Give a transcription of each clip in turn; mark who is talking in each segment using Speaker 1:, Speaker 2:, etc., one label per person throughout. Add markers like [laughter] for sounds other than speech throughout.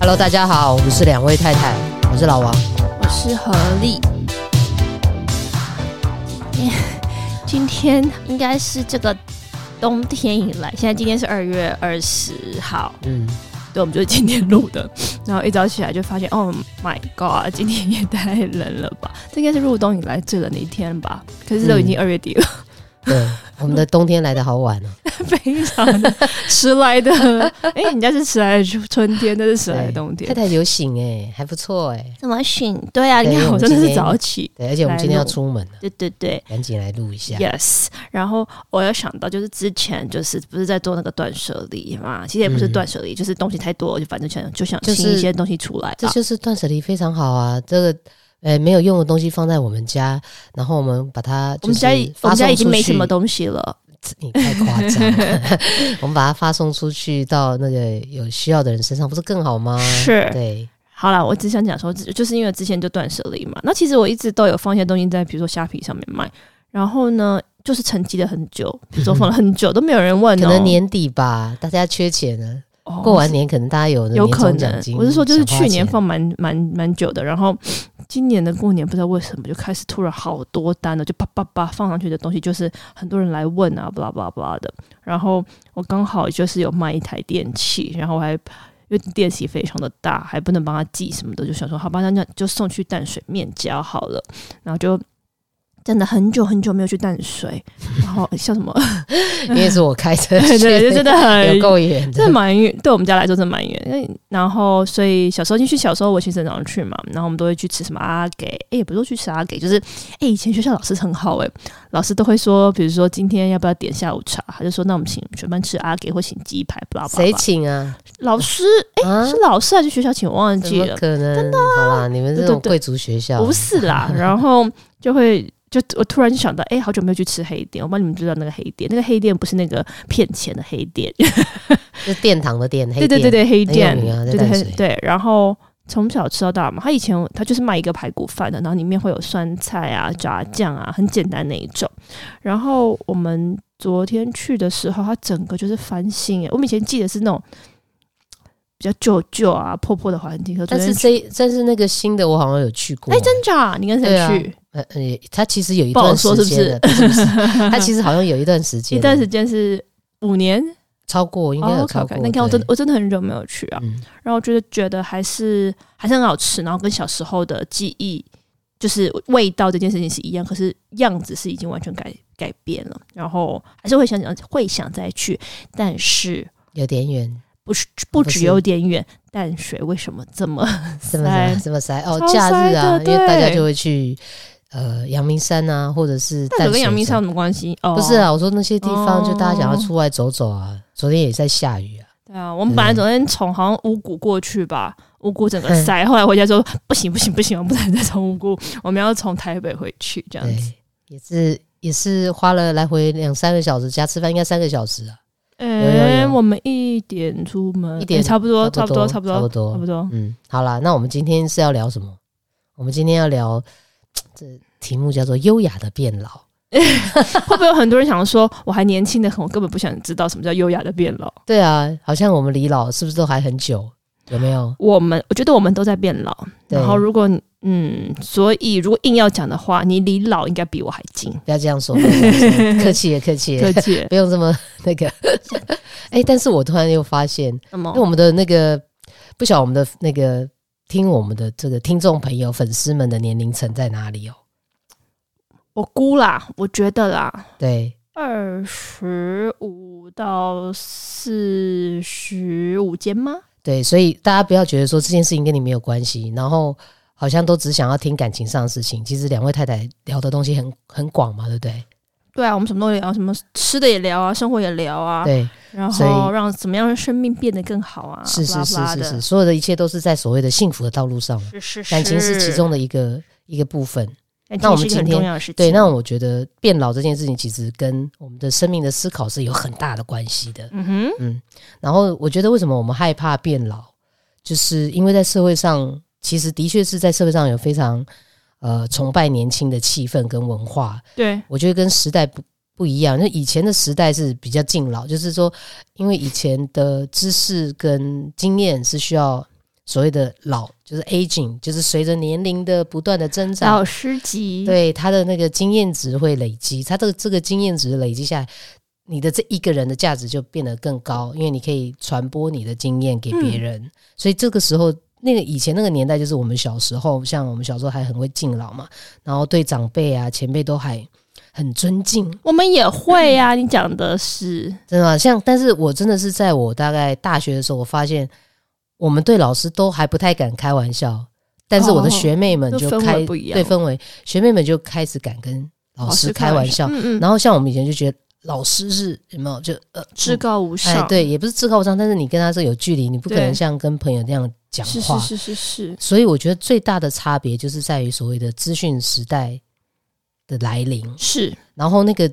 Speaker 1: Hello，大家好，我们是两位太太，我是老王。
Speaker 2: 我是何丽。 [laughs] 今天应该是这个冬天以来，现在今天是二月二十号，
Speaker 1: 嗯，
Speaker 2: 对，我们就是今天录的。 [laughs] 然后一早起来就发现，Oh my god，今天也太冷了吧！这应该是入冬以来最冷的一天吧？可是都已
Speaker 1: 嗯
Speaker 2: 经二月底了， [laughs]
Speaker 1: 对，我们的冬天来的好晚哦、
Speaker 2: 非常
Speaker 1: [laughs]
Speaker 2: 的迟来的。 [laughs] 哎、人家是迟来的春天，这是迟来的冬
Speaker 1: 太
Speaker 2: 天。
Speaker 1: 太有醒哎、还不错哎、
Speaker 2: 怎么醒？对啊，你
Speaker 1: 对
Speaker 2: 看
Speaker 1: 我
Speaker 2: 我
Speaker 1: 们
Speaker 2: 真的
Speaker 1: 今
Speaker 2: 是
Speaker 1: 天
Speaker 2: 早起。
Speaker 1: 对，而且我们今天要出门了，
Speaker 2: 对对对，
Speaker 1: 赶紧来录一下。
Speaker 2: Yes，然后我有想到，就是之前就是不是在做那个断舍离嘛？其实也不是
Speaker 1: 嗯
Speaker 2: 断舍离，就是东西太多，就反正想就想
Speaker 1: 就
Speaker 2: 清一
Speaker 1: 是
Speaker 2: 些东西出来吧。
Speaker 1: 这就是断舍离非常好啊，这个。呃，没有用的东西放在我们家，然后我们把它
Speaker 2: 我
Speaker 1: 就
Speaker 2: 们
Speaker 1: 是
Speaker 2: 家已
Speaker 1: 发
Speaker 2: 我们家
Speaker 1: 送
Speaker 2: 已经
Speaker 1: 出
Speaker 2: 没什
Speaker 1: 去
Speaker 2: 么东西了，
Speaker 1: [laughs] 你太夸张了， [laughs] 我们把它发送出去到那个有需要的人身上，不是更好吗？
Speaker 2: 是
Speaker 1: 对，
Speaker 2: 好啦，我只想讲说，只就是因为之前就断舍离嘛。那其实我一直都有放一些东西在，比如说虾皮上面卖，然后呢，就是沉积了很久，比如说放了很久都没有人问、哦，
Speaker 1: 可能年底吧，大家缺钱了，
Speaker 2: 哦
Speaker 1: 过完年可能大家有
Speaker 2: 有
Speaker 1: 年
Speaker 2: 可
Speaker 1: 终奖
Speaker 2: 能
Speaker 1: 金，
Speaker 2: 我是说，就是
Speaker 1: 想花
Speaker 2: 去年
Speaker 1: 钱
Speaker 2: 放蛮蛮蛮久的，然后今年的过年不知道为什么就开始突然好多单了，就叭叭叭放上去的东西，就是很多人来问啊，巴拉巴拉巴拉的。然后我刚好就是有卖一台电器，然后我还因为电器非常的大，还不能帮他寄什么的，就想说好吧，那那就送去淡水面交好了。然后就真的很久很久没有去淡水，然后像什么， [laughs]
Speaker 1: 因为是我开车去，
Speaker 2: 对对，就真的很
Speaker 1: 有够远
Speaker 2: [laughs] 这
Speaker 1: 的。
Speaker 2: 蛮远，对我们家来说真蛮远。那然后，所以小时候进去，小时候我其实很常去嘛，然后我们都会去吃什么阿给，哎，也不是说去吃阿给，就是哎，以前学校老师很好哎，老师都会说，比如说今天要不要点下午茶，他就说那我们请全班吃阿给或请鸡排，不啦不
Speaker 1: 谁
Speaker 2: 啦。
Speaker 1: 请啊？
Speaker 2: 老师
Speaker 1: 啊，
Speaker 2: 哎是老师还是学校请？我忘
Speaker 1: 怎
Speaker 2: 记
Speaker 1: 么
Speaker 2: 了，啊
Speaker 1: 可能？好啦，你们这
Speaker 2: 对
Speaker 1: 种
Speaker 2: 对对
Speaker 1: 贵族学校
Speaker 2: 不是啦。然后就会。就我突然就想到，哎、好久没有去吃黑店，我帮你们知道那个黑店，那个黑店不是那个骗钱的黑店，
Speaker 1: 是殿堂的殿，黑
Speaker 2: 对对
Speaker 1: 店，
Speaker 2: 对对，黑
Speaker 1: 很有
Speaker 2: 店，
Speaker 1: 名啊在
Speaker 2: 对
Speaker 1: 淡
Speaker 2: 对
Speaker 1: 水
Speaker 2: 对，然后。从小吃到大嘛，他以前他就是卖一个排骨饭的，然后里面会有酸菜啊、炸酱啊，很简单那一种。然后我们昨天去的时候，它整个就是翻新耶。我们以前记得是那种比较旧旧啊、破破的环境，可
Speaker 1: 但是
Speaker 2: 昨天去
Speaker 1: 这但是那个新的我好像有去过，
Speaker 2: 哎、真假？你跟谁
Speaker 1: 对啊
Speaker 2: 去？
Speaker 1: 呃呃，也它其实有一
Speaker 2: 不好
Speaker 1: 段
Speaker 2: 说
Speaker 1: 时间的，不是不
Speaker 2: [laughs]
Speaker 1: 是，它其实好像有一段时间
Speaker 2: 一
Speaker 1: 了，
Speaker 2: 段时间是五年，
Speaker 1: 超过应该
Speaker 2: 哦
Speaker 1: 有
Speaker 2: ，OK，OK，
Speaker 1: 超过。
Speaker 2: 那你看我真的
Speaker 1: 对
Speaker 2: 我真的很久没有去啊。
Speaker 1: 嗯，
Speaker 2: 然后就是觉得还是还是很好吃，然后跟小时候的记忆就是味道这件事情是一样，可是样子是已经完全改改变了。然后还是会想想会想再去，但是
Speaker 1: 有点远，
Speaker 2: 不是不
Speaker 1: 不
Speaker 2: 只
Speaker 1: 是
Speaker 2: 有点远，淡水为什么这么
Speaker 1: [laughs] 这么塞
Speaker 2: 塞
Speaker 1: 这么塞哦，
Speaker 2: 超
Speaker 1: 假日啊
Speaker 2: 塞，的
Speaker 1: 因为大家
Speaker 2: 对
Speaker 1: 就会去呃阳明山啊，或者是淡
Speaker 2: 淡水跟
Speaker 1: 水
Speaker 2: 阳明
Speaker 1: 山
Speaker 2: 山有什么关系？哦，
Speaker 1: 不是，啊，我说那些地方就大家想要
Speaker 2: 哦
Speaker 1: 出来走走啊。昨天也在下雨啊，
Speaker 2: 对啊，我们本来昨天从好像五谷过去吧。五谷整个
Speaker 1: 嗯
Speaker 2: 塞，后来回家说不行不行不行，我们不能再从五谷，我们要从台北回去这样子。
Speaker 1: 对，也是也是花了来回两三个小时，加吃饭应该三个小时啊，有有
Speaker 2: 哎、
Speaker 1: 有
Speaker 2: 我们一点出门，
Speaker 1: 一点
Speaker 2: 哎差不多，差
Speaker 1: 不
Speaker 2: 不多，差不多
Speaker 1: 差，不
Speaker 2: 差不
Speaker 1: 多。
Speaker 2: 多。
Speaker 1: 嗯，好啦，那我们今天是要聊什么？我们今天要聊这题目叫做“优雅的变老
Speaker 2: 会不会有很多人想说，我还年轻的很，我根本不想知道什么叫优雅的变老？”。
Speaker 1: 对啊，好像我们离老是不是都还很久？有没有？
Speaker 2: 我们我觉得我们都在变老。
Speaker 1: 对
Speaker 2: 然后如果你嗯，所以如果硬要讲的话，你离老应该比我还近。
Speaker 1: 不要这样说，不要这样
Speaker 2: [laughs]
Speaker 1: 说客气也客气
Speaker 2: 客
Speaker 1: 也，[laughs]，
Speaker 2: 气 [laughs]
Speaker 1: 不用这么那个。 [laughs] 哎、但是我突然又发现，
Speaker 2: 那么
Speaker 1: 因为我们的那个不晓得我们的那个听我们的这个听众朋友粉丝们的年龄层在哪里哦？
Speaker 2: 我估啦，我觉得啦，
Speaker 1: 对，
Speaker 2: 二十五到四十五间吗？
Speaker 1: 对，所以大家不要觉得说这件事情跟你没有关系，然后好像都只想要听感情上的事情。其实两位太太聊的东西很很广嘛，对不对？
Speaker 2: 对啊，我们什么都聊，什么吃的也聊啊，生活也聊啊，
Speaker 1: 对，
Speaker 2: 然
Speaker 1: 所
Speaker 2: 后
Speaker 1: 以
Speaker 2: 让怎么样让生命变得更好啊？
Speaker 1: 是是是
Speaker 2: 巴拉巴
Speaker 1: 是
Speaker 2: 拉
Speaker 1: 是，
Speaker 2: 的，
Speaker 1: 所有的一切都是在所谓的幸福的道路上嘛。
Speaker 2: 是是是，
Speaker 1: 感情是其中的一个一个部分。
Speaker 2: 感
Speaker 1: 那我
Speaker 2: 情
Speaker 1: 们
Speaker 2: 是一个
Speaker 1: 今
Speaker 2: 很
Speaker 1: 天
Speaker 2: 重要的事情。
Speaker 1: 对，那我觉得变老这件事情其实跟我们的生命的思考是有很大的关系的。
Speaker 2: 嗯哼，
Speaker 1: 嗯，然后我觉得为什么我们害怕变老，就是因为在社会上，其实的确是在社会上有非常呃崇拜年轻的气氛跟文化。
Speaker 2: 对，
Speaker 1: 我觉得跟时代不不一样，那以前的时代是比较敬老，就是说，因为以前的知识跟经验是需要所谓的老，就是 aging，就是随着年龄的不断的增长
Speaker 2: 老，师级，，
Speaker 1: 对他的那个经验值会累积，他这个这个经验值累积下来，你的这一个人的价值就变得更高，因为你可以传播你的经验给
Speaker 2: 嗯
Speaker 1: 别人，所以这个时候。那个以前那个年代，就是我们小时候，像我们小时候还很会敬老嘛，然后对长辈啊、前辈都还很尊敬，
Speaker 2: 我们也会呀、你讲的是，
Speaker 1: 真的吗像，但是我真的是在我大概大学的时候，我发现我们对老师都还不太敢开玩笑，但是我的
Speaker 2: 哦
Speaker 1: 学妹们
Speaker 2: 就
Speaker 1: 就
Speaker 2: 氛围
Speaker 1: 开、
Speaker 2: 不一样
Speaker 1: 对氛围，学妹们就开始敢跟老师哦开玩笑。
Speaker 2: 嗯嗯，
Speaker 1: 然后像我们以前就觉得老师是有没有就呃
Speaker 2: 至高无上，
Speaker 1: 哎对，也不是至高无上，但是你跟他是有距离，你不可能
Speaker 2: 对
Speaker 1: 像跟朋友那样讲
Speaker 2: 是
Speaker 1: 话。
Speaker 2: 是是是是，
Speaker 1: 所以我觉得最大的差别就是在于所谓的资讯时代的来临，
Speaker 2: 是
Speaker 1: 然后那个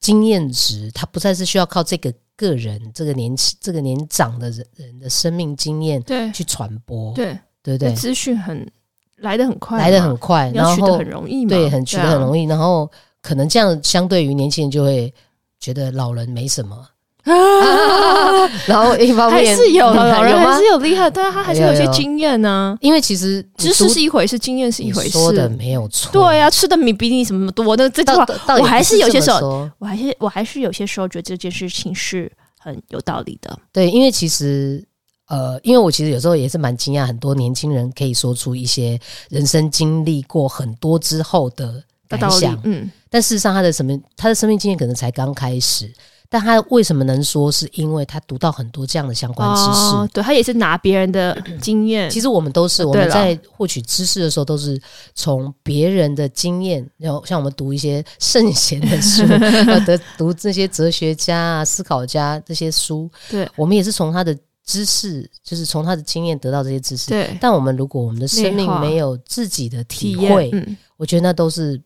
Speaker 1: 经验值，它不再是需要靠这个个人、这个年轻、这个年长的人人的生命经验
Speaker 2: 对
Speaker 1: 去传播，
Speaker 2: 对，
Speaker 1: 对不对？
Speaker 2: 资讯很来的很快嘛，
Speaker 1: 来的很快，
Speaker 2: 你
Speaker 1: 然
Speaker 2: 要取得
Speaker 1: 后
Speaker 2: 很容易嘛，
Speaker 1: 对，很
Speaker 2: 啊
Speaker 1: 取得很容易，然后可能这样相对于年轻人就会觉得老人没什么，
Speaker 2: 易， [laughs] 啊、
Speaker 1: 然后一方
Speaker 2: 还
Speaker 1: 面
Speaker 2: 是有
Speaker 1: 嗯
Speaker 2: 的，老人
Speaker 1: [laughs] 有吗
Speaker 2: 还是有厉害，啊但是他还是有一些
Speaker 1: 有有
Speaker 2: 经验呢、
Speaker 1: 因为其实
Speaker 2: 知识
Speaker 1: 你
Speaker 2: 是一回事，经验是
Speaker 1: 读
Speaker 2: 一回
Speaker 1: 你说的
Speaker 2: 事。
Speaker 1: 没有错，
Speaker 2: 对呀、吃的米比你什么多，那这句
Speaker 1: 到，
Speaker 2: 话，
Speaker 1: 到到底
Speaker 2: 我还
Speaker 1: 不
Speaker 2: 是有
Speaker 1: 这
Speaker 2: 些
Speaker 1: 么
Speaker 2: 时候
Speaker 1: 说
Speaker 2: 我还是我还是有些时候觉得这件事情是很有道理的。
Speaker 1: 对，因为其实呃，因为我其实有时候也是蛮惊讶，很多年轻人可以说出一些人生经历过很多之后的
Speaker 2: 大
Speaker 1: 感
Speaker 2: 道理
Speaker 1: 想，，
Speaker 2: 嗯，
Speaker 1: 但事实上他的什么，他的生命经验可能才刚开始。但他为什么能说？是因为他读到很多这样的相关知识。嗯
Speaker 2: 哦，对他也是拿别人的经验，
Speaker 1: 其实我们都是
Speaker 2: 啊
Speaker 1: 我
Speaker 2: 对
Speaker 1: 们
Speaker 2: 了
Speaker 1: 在获取知识的时候，都是从别人的经验，然后像我们读一些圣贤的
Speaker 2: [laughs]
Speaker 1: 书，呃得读这些哲学家啊、思考家这些书，
Speaker 2: 对
Speaker 1: 我们也是从他的知识，就是从他的经验得到这些知识。
Speaker 2: 对
Speaker 1: 但我们如果我们的生
Speaker 2: 内
Speaker 1: 命
Speaker 2: 化
Speaker 1: 没有自己的体
Speaker 2: 体
Speaker 1: 会
Speaker 2: 验，，嗯
Speaker 1: 我觉得那都是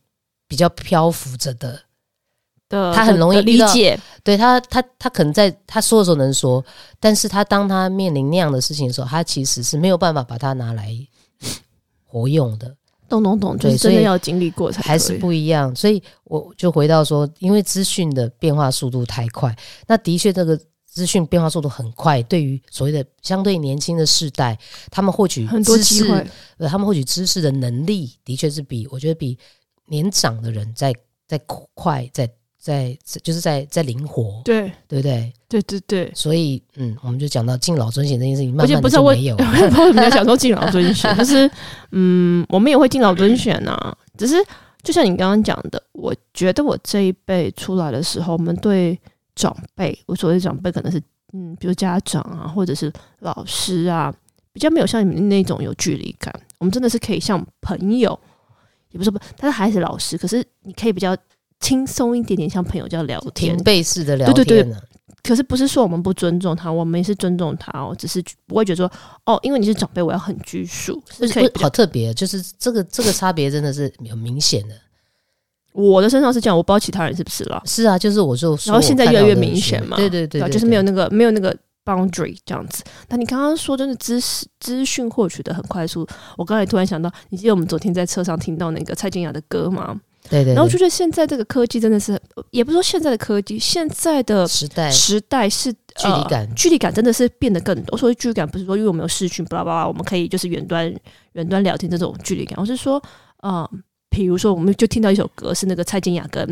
Speaker 1: 比较漂浮着的。
Speaker 2: 的，
Speaker 1: 他很容易
Speaker 2: 的理
Speaker 1: 遇到
Speaker 2: 解，
Speaker 1: 对他，他他可能在他说的时候能说，但是他当他面临那样的事情的时候，他其实是没有办法把它拿来活用的。
Speaker 2: 懂懂懂，就是
Speaker 1: 对所
Speaker 2: 真
Speaker 1: 以
Speaker 2: 的要经历过才
Speaker 1: 还是
Speaker 2: 可以
Speaker 1: 不一样。所以我就回到说，因为资讯的变化速度太快，那的确这个资讯变化速度很快，对于所谓的相对年轻的世代，他们获取
Speaker 2: 很多
Speaker 1: 知
Speaker 2: 机
Speaker 1: 识，
Speaker 2: 会，
Speaker 1: 呃，他们获取知识的能力的确是比我觉得比年长的人在在快，在在就是在在灵活，
Speaker 2: 对
Speaker 1: 对不对？
Speaker 2: 对对对。
Speaker 1: 所以嗯，我们就讲到敬老尊贤这件事情，
Speaker 2: 而
Speaker 1: 慢
Speaker 2: 且
Speaker 1: 慢
Speaker 2: 不
Speaker 1: 的
Speaker 2: 知道
Speaker 1: 就
Speaker 2: 为
Speaker 1: 没有
Speaker 2: [laughs] 我
Speaker 1: 了。
Speaker 2: 也不知道为什么要讲说敬
Speaker 1: [laughs]
Speaker 2: 老尊贤，就是嗯，我们也会敬老尊贤啊。只是就像你刚刚讲的，我觉得我这一辈出来的时候，我们对长辈，我所谓的长辈可能是嗯，比如家长啊，或者是老师啊，比较没有像你们那种有距离感。我们真的是可以像朋友，也不是不，但是还是老师，可是你可以比较轻松一点点，像朋友这样聊天
Speaker 1: 停，背式的聊
Speaker 2: 对对对
Speaker 1: 天啊呢、
Speaker 2: 可是不是说我们不尊重他，我们也是尊重他哦，只是不会觉得说哦，因为你是长辈，我要很拘束，是可以
Speaker 1: 好特别，就是这个这个差别真的是很明显的。
Speaker 2: 我的身上是这样，我不知道其他人是不是啦，
Speaker 1: 是啊，就是我就说
Speaker 2: 然后现在越来
Speaker 1: 我
Speaker 2: 越
Speaker 1: 看到的
Speaker 2: 明显嘛
Speaker 1: 对对对
Speaker 2: 对啊，就是没有那个没有那个 boundary 这样子。那你刚刚说真的知识资讯获取的很快速，我刚才突然想到，你记得我们昨天在车上听到那个蔡健雅的歌吗？
Speaker 1: 对对对，
Speaker 2: 然后就觉得现在这个科技真的是，呃也不是说现在的科技，现在的
Speaker 1: 时代
Speaker 2: 时代是
Speaker 1: 距离感
Speaker 2: 呃，距离感真的是变得更多。所谓距离感，不是说因为我们有视讯，巴拉巴拉，我们可以就是远端远端聊天这种距离感，我是说，呃，比如说我们就听到一首歌是那个蔡健雅跟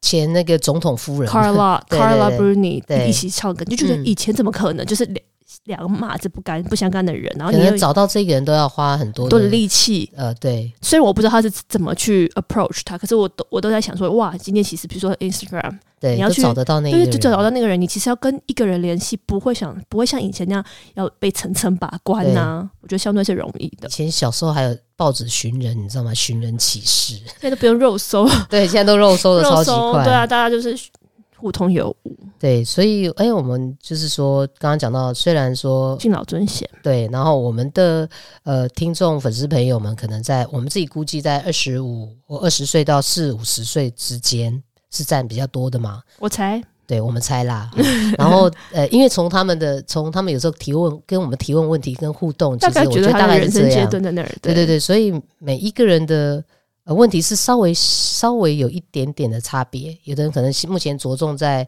Speaker 1: 前那个总统夫人 [laughs]
Speaker 2: Carla
Speaker 1: 对对
Speaker 2: Carla
Speaker 1: 对
Speaker 2: Bruni
Speaker 1: 对
Speaker 2: 一起唱歌，就觉得
Speaker 1: 嗯
Speaker 2: 以前怎么可能，就是两两码子不干不相干的人，然后
Speaker 1: 可
Speaker 2: 你
Speaker 1: 能
Speaker 2: 又
Speaker 1: 找到这个人都要花很多
Speaker 2: 多的力气，
Speaker 1: 呃，对，
Speaker 2: 虽然我不知道他是怎么去 approach 他，可是我都我都在想说，哇，今天其实比如说 Instagram。
Speaker 1: 对，
Speaker 2: 你要
Speaker 1: 都
Speaker 2: 去
Speaker 1: 找得到那一个
Speaker 2: 对，
Speaker 1: 人，
Speaker 2: 就找到那个人，你其实要跟一个人联系，不会想不会像以前那样要被层层把关呐、我觉得相对是容易的
Speaker 1: 以，前小时候还有报纸寻人，你知道吗？寻人启事， [laughs]
Speaker 2: 现在都不用肉搜，
Speaker 1: 对，现在都肉搜的超
Speaker 2: 肉
Speaker 1: 级
Speaker 2: 搜
Speaker 1: 快，
Speaker 2: 对啊，大家就是互通有无，
Speaker 1: 对，所以哎、我们就是说，刚刚讲到，虽然说
Speaker 2: 敬老尊贤，
Speaker 1: 对，然后我们的呃听众粉丝朋友们，可能在我们自己估计在二十五或二十岁到四五十岁之间是占比较多的嘛，
Speaker 2: 我才
Speaker 1: 对我们猜
Speaker 2: [laughs]
Speaker 1: 啦。然后呃，因为从他们的从他们有时候提问跟我们提问问题跟互动，其
Speaker 2: 大
Speaker 1: 实
Speaker 2: 概
Speaker 1: 我
Speaker 2: 觉
Speaker 1: 觉
Speaker 2: 得
Speaker 1: 得
Speaker 2: 他
Speaker 1: 大
Speaker 2: 的
Speaker 1: 概
Speaker 2: 人
Speaker 1: 是
Speaker 2: 生
Speaker 1: 这
Speaker 2: 阶
Speaker 1: 样。
Speaker 2: 段在那儿，
Speaker 1: 对对对，所以每一个人的呃问题是稍微稍微有一点点的差别，有的人可能目前着重在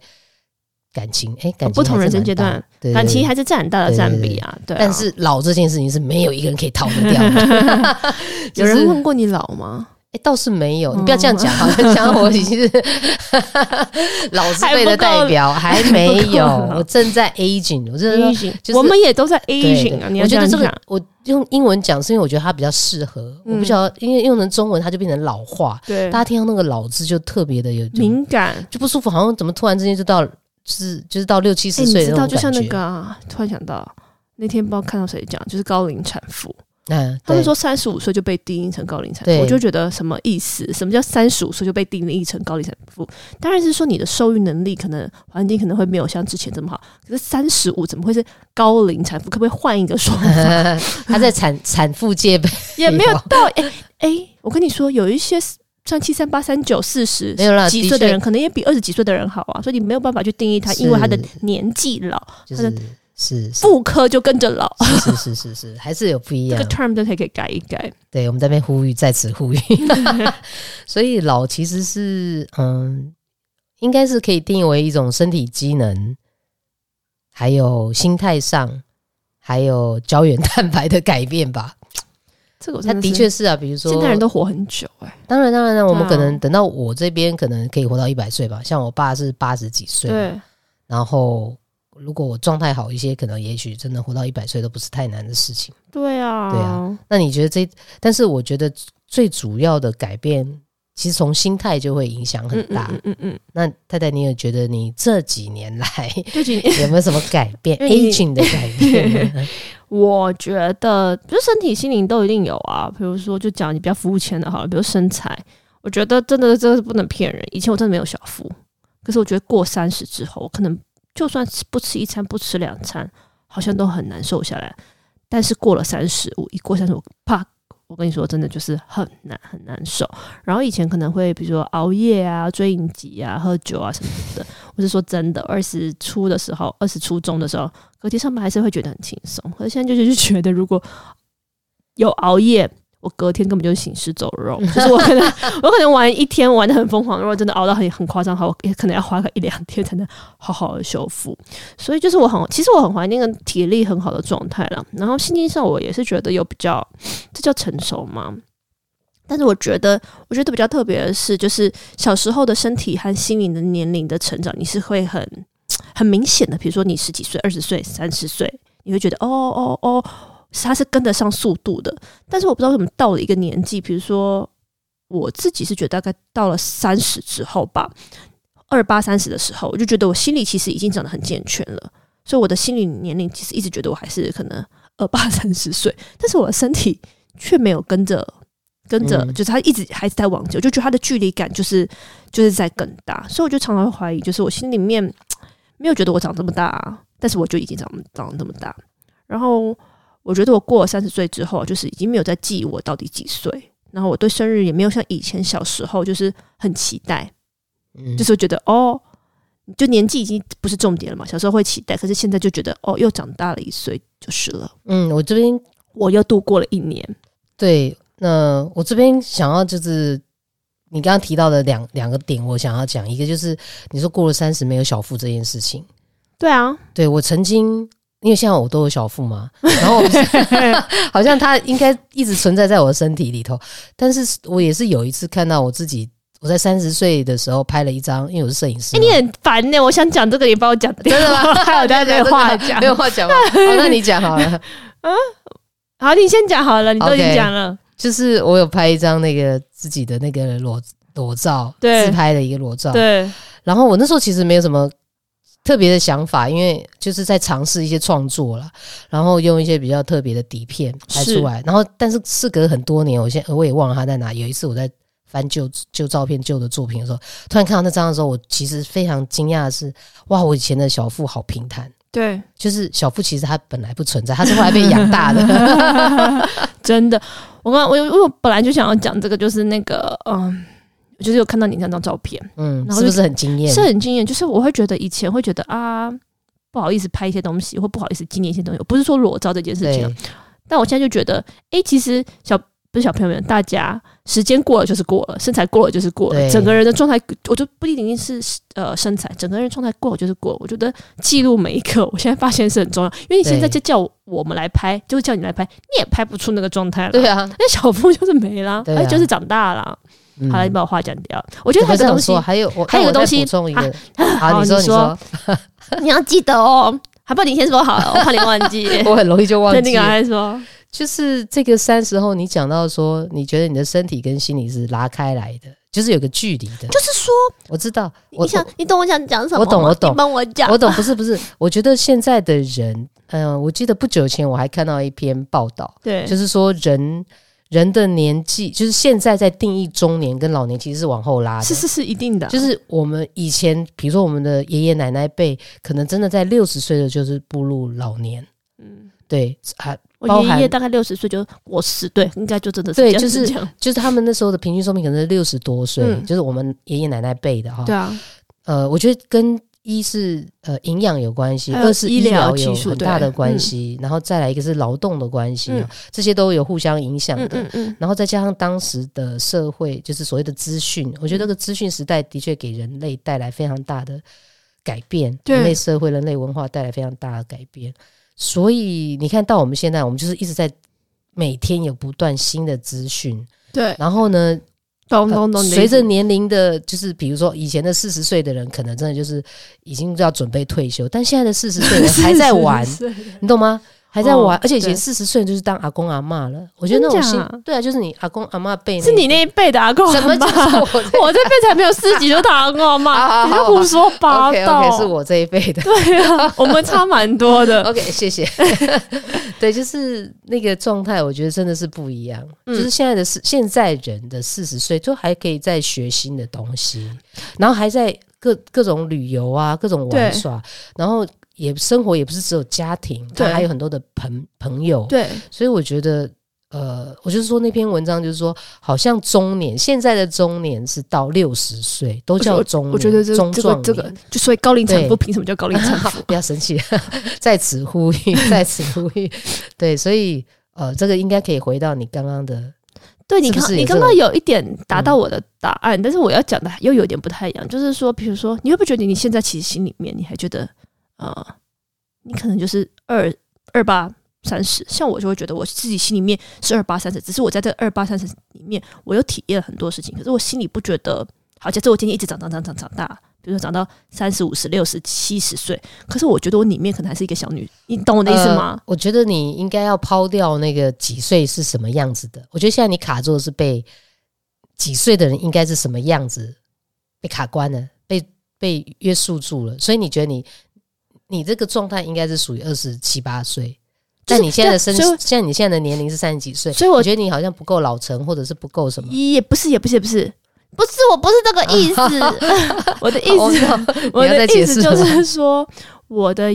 Speaker 1: 感情，哎，感情
Speaker 2: 哦不同
Speaker 1: 还是
Speaker 2: 人生
Speaker 1: 蛮
Speaker 2: 阶
Speaker 1: 大
Speaker 2: 段
Speaker 1: 的，对
Speaker 2: 感情
Speaker 1: 对
Speaker 2: 还是占很大的
Speaker 1: 对对
Speaker 2: 占
Speaker 1: 对
Speaker 2: 比啊。对啊
Speaker 1: 但是老这件事情是没有一个人可以逃得掉
Speaker 2: [laughs]
Speaker 1: 的。就
Speaker 2: 有
Speaker 1: 是
Speaker 2: 人问过你老吗？
Speaker 1: 哎、倒是没
Speaker 2: 哦
Speaker 1: 有，你不要这样
Speaker 2: [laughs]
Speaker 1: 讲，好像讲我已经是 [laughs] 老字辈的代表，还没
Speaker 2: 还不够
Speaker 1: 有
Speaker 2: 老，
Speaker 1: 我正在 aging，我真的说。
Speaker 2: Aging，
Speaker 1: 就是
Speaker 2: 我们也都在
Speaker 1: 对
Speaker 2: aging 啊。你
Speaker 1: 对，
Speaker 2: 要
Speaker 1: 我觉得这
Speaker 2: 样
Speaker 1: 个我用英文讲是因为我觉得它比较适合，我不
Speaker 2: 嗯
Speaker 1: 晓得，因为用成中文它就变成老化，
Speaker 2: 对
Speaker 1: 大家听到那个老字就特别的有就
Speaker 2: 敏感。
Speaker 1: 就不舒服，好像怎么突然之间就到就是就是到六七
Speaker 2: 哎，
Speaker 1: 十
Speaker 2: 你
Speaker 1: 岁
Speaker 2: 知
Speaker 1: 的
Speaker 2: 道，
Speaker 1: 那
Speaker 2: 就
Speaker 1: 种
Speaker 2: 像
Speaker 1: 感觉
Speaker 2: 那个。啊，突然想到那天不知道看到谁讲，就是高龄产妇，
Speaker 1: 嗯，
Speaker 2: 他们
Speaker 1: 对
Speaker 2: 说三十五岁就被定义成高龄产妇，
Speaker 1: 对
Speaker 2: 我就觉得什么意思？什么叫三十五岁就被定义成高龄产妇？当然是说你的受孕能力可能环境可能会没有像之前这么好，可是三十五怎么会是高龄产妇？可不可以换一个说
Speaker 1: [laughs]
Speaker 2: 法？
Speaker 1: [laughs] 他在产产妇界
Speaker 2: [laughs]
Speaker 1: 呗，
Speaker 2: 也没有到哎哎、我跟你说，有一些像七三八三九四十
Speaker 1: 没有啦
Speaker 2: 几
Speaker 1: 的
Speaker 2: 岁的
Speaker 1: 确
Speaker 2: 人，可能也比二十几岁的人好啊，所以你没有办法去定义他，因为他的
Speaker 1: 是
Speaker 2: 年纪老，
Speaker 1: 就
Speaker 2: 他的
Speaker 1: 是是是
Speaker 2: 妇科就跟着老，
Speaker 1: 是是是是，还是有不一
Speaker 2: 这
Speaker 1: 样
Speaker 2: 个。term 都可以给改一改。
Speaker 1: 对，我们在那边呼吁，在此
Speaker 2: [laughs]
Speaker 1: 呼吁。所以老其实是嗯，应该是可以定义为一种身体机能，还有心态上，还有胶原蛋白的改变吧。
Speaker 2: 这个我
Speaker 1: 它
Speaker 2: 真
Speaker 1: 的
Speaker 2: 是
Speaker 1: 确是啊，比如说
Speaker 2: 现代人都活很久哎、
Speaker 1: 当然当然，当然我们
Speaker 2: 对啊
Speaker 1: 可能等到我这边可能可以活到一百岁吧。像我爸是八十几岁，
Speaker 2: 对，
Speaker 1: 然后如果我状态好一些，可能也许真的活到一百岁都不是太难的事情。
Speaker 2: 对啊，
Speaker 1: 对啊，那你觉得这？但是我觉得最主要的改变，其实从心态就会影响很
Speaker 2: 嗯
Speaker 1: 大。
Speaker 2: 嗯嗯嗯，
Speaker 1: 那太太，你有觉得你这几年来 [laughs]
Speaker 2: 最 [laughs] 近
Speaker 1: 有没有什么改变
Speaker 2: 因为你
Speaker 1: ？aging 的改变
Speaker 2: [laughs]
Speaker 1: 呢？
Speaker 2: 我觉得，就身体、心灵都一定有啊。比如说，就讲你比较肤浅的好了，比如身材，我觉得真的真的是不能骗人。以前我真的没有小腹，可是我觉得过三十之后，我可能就算吃不吃一餐、不吃两餐，好像都很难瘦下来。但是过了三十，我一过三十，我啪，我跟你说，真的就是很难很难受。然后以前可能会比如说熬夜啊、追影集啊、喝酒啊什么的，我是说真的，二十出的时候，二十出中的时候，隔天上班还是会觉得很轻松。可是现在就是觉得，如果有熬夜，我隔天根本就是行尸走肉，就是我可能我可能玩一天玩的很疯狂，如果真的熬到很很夸张，好，我也可能要花个一两天才能好好的修复。所以就是我很，其实我很怀念跟体力很好的状态了。然后心境上，我也是觉得有比较，这叫成熟吗？但是我觉得，我觉得比较特别的是，就是小时候的身体和心灵的年龄的成长，你是会很很明显的，比如说你十几岁、二十岁、三十岁，你会觉得哦哦哦，它是跟得上速度的。但是我不知道为什么到了一个年纪，比如说我自己是觉得大概到了三十之后吧，二八三十的时候，我就觉得我心里其实已经长得很健全了，所以我的心理年龄其实一直觉得我还是可能二八三十岁，但是我的身体却没有跟着。跟着
Speaker 1: 嗯
Speaker 2: 就是他一直还是在往前，我就觉得他的距离感就是就是在更大，所以我就常常会怀疑，就是我心里面没有觉得我长这么大、啊，但是我就已经长长这么大。然后我觉得我过了三十岁之后，就是已经没有在记我到底几岁。然后我对生日也没有像以前小时候就是很期待，
Speaker 1: 嗯
Speaker 2: 就是会觉得哦，就年纪已经不是重点了嘛。小时候会期待，可是现在就觉得哦，又长大了一岁就是了，
Speaker 1: 嗯，我这边
Speaker 2: 我又度过了一年。
Speaker 1: 对，那我这边想要就是你刚刚提到的两两个点，我想要讲一个就是你说过了三十没有小腹这件事情，[laughs]
Speaker 2: 对啊，
Speaker 1: 对我曾经。因为现在我都有小腹嘛，然后我不
Speaker 2: [laughs]
Speaker 1: 是
Speaker 2: 哎
Speaker 1: 好像它应该一直存在在我的身体里头，但是我也是有一次看到我自己，我在三十岁的时候拍了一张，因为我是摄影师
Speaker 2: 哎、
Speaker 1: 嘛，[laughs]
Speaker 2: 你很烦呢、我想讲这个，你帮我讲掉，
Speaker 1: 真的吗？
Speaker 2: 还有大家没有话讲
Speaker 1: 没。有话
Speaker 2: [laughs]
Speaker 1: 讲吗？好，那你讲好了。
Speaker 2: 好，你先讲好了，你都已经
Speaker 1: OK
Speaker 2: 讲了。
Speaker 1: 就是我有拍一张那个自己的那个裸裸照，
Speaker 2: 对
Speaker 1: 自拍的一个裸照，
Speaker 2: 对，
Speaker 1: 然后我那时候其实没有什么特别的想法，因为就是在尝试一些创作啦，然后用一些比较特别的底片拍
Speaker 2: 是
Speaker 1: 出来。然后，但是事隔很多年，我现在我也忘了它在哪。有一次我在翻旧旧照片、旧的作品的时候，突然看到那张的时候，我其实非常惊讶的是，哇，我以前的小腹好平坦。
Speaker 2: 对， [laughs]
Speaker 1: 就是小腹其实它本来不存在，它是后来被养大
Speaker 2: [laughs]
Speaker 1: 的。
Speaker 2: 真的，我刚我我我本来就想要讲这个，就是那个嗯，我就是有看到你那张照片，
Speaker 1: 嗯，
Speaker 2: 然后
Speaker 1: 是
Speaker 2: 就
Speaker 1: 不是很惊艳
Speaker 2: 是？很惊艳。就是我会觉得以前会觉得啊，不好意思拍一些东西，或不好意思纪念一些东西。我不是说裸照这件事情啊
Speaker 1: 对，，
Speaker 2: 但我现在就觉得，诶，其实小不是小朋友们，大家时间过了就是过了，身材过了就是过了，
Speaker 1: 对
Speaker 2: 整个人的状态，我就不一定是呃身材，整个人状态过了就是过了。我觉得记录每一刻，我现在发现是很重要，因为你现在
Speaker 1: 对
Speaker 2: 就叫我们来拍，就叫你来拍，你也拍不出那个状态了。
Speaker 1: 对啊，
Speaker 2: 那小夫就是没啦，
Speaker 1: 对
Speaker 2: 他
Speaker 1: 啊
Speaker 2: 就是长大啦。
Speaker 1: 嗯
Speaker 2: 好了，你把我话讲掉。我觉得
Speaker 1: 我
Speaker 2: 还
Speaker 1: 不是
Speaker 2: 有个
Speaker 1: 想
Speaker 2: 东西
Speaker 1: 说，，还有我，
Speaker 2: 还
Speaker 1: 那
Speaker 2: 有个
Speaker 1: 我再
Speaker 2: 东西
Speaker 1: 补充一个，
Speaker 2: [laughs] 好
Speaker 1: 好，你说
Speaker 2: 你
Speaker 1: 你说，
Speaker 2: [laughs] 你要记得哦，还不你先说好了，我怕你忘记。
Speaker 1: [laughs] 我很容易就忘
Speaker 2: [laughs] 对，那
Speaker 1: 记
Speaker 2: 个
Speaker 1: 了。
Speaker 2: 还说，
Speaker 1: 就是这个三十后，你讲到说，你觉得你的身体跟心理是拉开来的，就是有个距离的。
Speaker 2: 就是说，
Speaker 1: 我知道，我
Speaker 2: 你想，你懂我想讲什么
Speaker 1: 我
Speaker 2: 吗？
Speaker 1: 懂我懂
Speaker 2: 你帮我讲。
Speaker 1: 我懂，不是不是，我觉得现在的人，嗯、我记得不久前我还看到一篇报道，
Speaker 2: 对，
Speaker 1: 就是说人人的年纪，就是现在在定义中年跟老年其实是往后拉的，
Speaker 2: 是啊是是一定的，
Speaker 1: 就是我们以前，比如说我们的爷爷奶奶辈，可能真的在六十岁的就是步入老年，
Speaker 2: 嗯，
Speaker 1: 对啊，包
Speaker 2: 我爷爷
Speaker 1: 含
Speaker 2: 大概六十岁就过世，对，应该就真的是
Speaker 1: 对
Speaker 2: 这样
Speaker 1: 就是
Speaker 2: 这样，
Speaker 1: 就是他们那时候的平均寿命可能是六十多岁，
Speaker 2: 嗯
Speaker 1: 就是我们爷爷奶奶辈的哈。
Speaker 2: 对啊，
Speaker 1: 呃，我觉得跟一是呃营养有关系，
Speaker 2: 还有
Speaker 1: 二是
Speaker 2: 呃医
Speaker 1: 医
Speaker 2: 疗
Speaker 1: 疗
Speaker 2: 技
Speaker 1: 有
Speaker 2: 术
Speaker 1: 很
Speaker 2: 对
Speaker 1: 大的关
Speaker 2: 嗯
Speaker 1: 系，然后再来一个是劳动的关系、啊
Speaker 2: 嗯
Speaker 1: 这些都有互相影响
Speaker 2: 嗯
Speaker 1: 的。
Speaker 2: 嗯嗯，
Speaker 1: 然后再加上当时的社会，就是所谓的资
Speaker 2: 嗯
Speaker 1: 讯，我觉得这个资讯时代的确给人类带来非常大的改变，
Speaker 2: 对
Speaker 1: 人类社会、人类文化带来非常大的改变。所以你看到我们现在，我们就是一直在每天有不断新的资讯，
Speaker 2: 对，
Speaker 1: 然后呢，
Speaker 2: 懂
Speaker 1: 呃
Speaker 2: 懂懂。
Speaker 1: 随着年龄的，就是比如说以前的四十岁的人，可能真的就是已经要准备退休，但现在的四十岁
Speaker 2: [laughs]
Speaker 1: 人还在玩，你懂吗？还在玩，
Speaker 2: 哦
Speaker 1: 而且以前
Speaker 2: 对
Speaker 1: 四十岁就是当阿公阿嬷了。我觉得那
Speaker 2: 真
Speaker 1: 种
Speaker 2: 假
Speaker 1: 心，对啊，就是你阿公阿嬷辈那，
Speaker 2: 是你那一辈的阿公
Speaker 1: 怎么就
Speaker 2: 吧？
Speaker 1: 是我这
Speaker 2: [laughs] 我这辈才没有四级就打阿公阿
Speaker 1: [laughs] 好
Speaker 2: 妈，
Speaker 1: 好
Speaker 2: 你
Speaker 1: 啊好
Speaker 2: 就胡说八
Speaker 1: OK
Speaker 2: 道。
Speaker 1: OK 是我这一辈的。
Speaker 2: 对啊，我们差蛮
Speaker 1: [laughs]
Speaker 2: 多的。
Speaker 1: OK，谢谢。对，就是那个状态，我觉得真的是不一样。
Speaker 2: 嗯
Speaker 1: 就是现在的四，现在人的四十岁，就还可以在学新的东西，然后还在各各种旅游啊，各种玩耍，然后也生活也不是只有家庭，他
Speaker 2: 对
Speaker 1: 还有很多的朋朋友。
Speaker 2: 对，
Speaker 1: 所以我觉得，呃，我就是说那篇文章就是说，好像中年现在的中年是到六十岁都叫中年，
Speaker 2: 我觉得这
Speaker 1: 中
Speaker 2: 这个
Speaker 1: 壮
Speaker 2: 这个
Speaker 1: 年，
Speaker 2: 就所以高龄产妇
Speaker 1: 对
Speaker 2: 凭什么叫高龄产妇？
Speaker 1: 不要生气， [laughs] 在此呼
Speaker 2: [laughs]
Speaker 1: 吁，在此呼吁。对，所以呃，这个应该可以回到你刚刚的，
Speaker 2: 对你
Speaker 1: 是不
Speaker 2: 刚
Speaker 1: 是
Speaker 2: 你
Speaker 1: 有嗯
Speaker 2: 刚
Speaker 1: 这
Speaker 2: 刚
Speaker 1: 种
Speaker 2: 有一点达到我的答案，但是我要讲的又有点不太一样，就是说，比如说，你会不会觉得你现在其实心里面你还觉得，呃，你可能就是二二八三十，像我就会觉得我自己心里面是二八三十，只是我在这二八三十里面，我又体验了很多事情，可是我心里不觉得，好，假设我今天一直长长长长长大，比如说长到三十五、十六、十七十岁，可是我觉得我里面可能还是一个小女，你懂我的意思吗？
Speaker 1: 呃我觉得你应该要抛掉那个几岁是什么样子的。我觉得现在你卡住的是被几岁的人应该是什么样子被卡关了，被被约束住了，所以你觉得你你这个状态应该是属于二十七八岁。
Speaker 2: 就是
Speaker 1: 但你现在的身
Speaker 2: 对所以，
Speaker 1: 现在你现在的年龄是三十几岁，
Speaker 2: 所以我
Speaker 1: 觉得你好像不够老成，或者是不够什么。
Speaker 2: 也不是，也不是，也不是，不是，我不是这个意思。我的意
Speaker 1: 哦
Speaker 2: 思，我
Speaker 1: 你要
Speaker 2: 的
Speaker 1: 再
Speaker 2: 意
Speaker 1: 解
Speaker 2: 思
Speaker 1: 释
Speaker 2: 就
Speaker 1: 了
Speaker 2: 是说，我的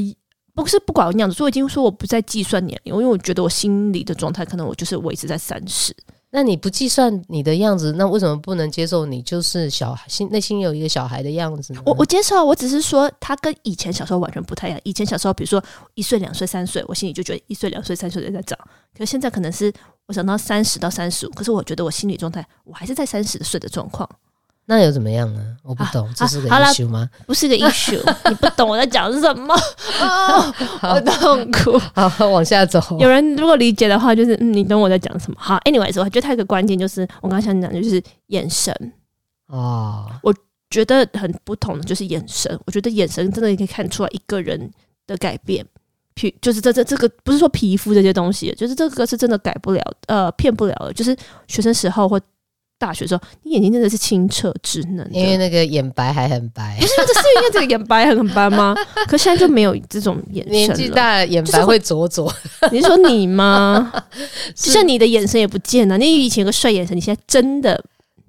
Speaker 2: 不是不管我那样子，所以我已经说我不再计算年龄，因为我觉得我心里的状态可能我就是维持在三十。
Speaker 1: 那你不计算你的样子，那为什么不能接受你就是小孩心内心有一个小孩的样子呢？
Speaker 2: 我我接受啊，我只是说它跟以前小时候完全不太一样。以前小时候，比如说一岁、两岁、三岁，我心里就觉得一岁、两岁、三岁在长，可是现在可能是。我想到三十到三十五，可是我觉得我心理状态，我还是在三十岁的状况，
Speaker 1: 那又怎么样呢？我不
Speaker 2: 啊
Speaker 1: 懂，这
Speaker 2: 啊
Speaker 1: 是个
Speaker 2: 好啦
Speaker 1: issue 吗？ [laughs]
Speaker 2: 不 [laughs] 是个 issue。你不懂我在讲什 [laughs] 么，哦、我痛苦。
Speaker 1: 好，往下走。
Speaker 2: [laughs] 有人如果理解的话，就是嗯，你懂我在讲什么。好，anyways，我觉得它有一个关键就是我刚刚想讲，就是眼神，
Speaker 1: 哦，
Speaker 2: 觉得很不同的就是眼神。我觉得眼神真的可以看出来一个人的改变。皮就是这这这个不是说皮肤这些东西，就是这个是真的改不了，呃，骗不了的。就是学生时候或大学时候，你眼睛真的是清澈稚嫩的，
Speaker 1: 因为那个眼白还很白
Speaker 2: [laughs] 不，是这是因为这个眼白很很
Speaker 1: [laughs]
Speaker 2: 白吗？可现在就没有这种眼神
Speaker 1: 年纪
Speaker 2: 了
Speaker 1: 大了眼
Speaker 2: 就是
Speaker 1: 白
Speaker 2: 会
Speaker 1: 会灼灼。
Speaker 2: 你是说你吗？
Speaker 1: [laughs] 是
Speaker 2: 就像你的眼神也不见了、你以前有个帅眼神，你现在真的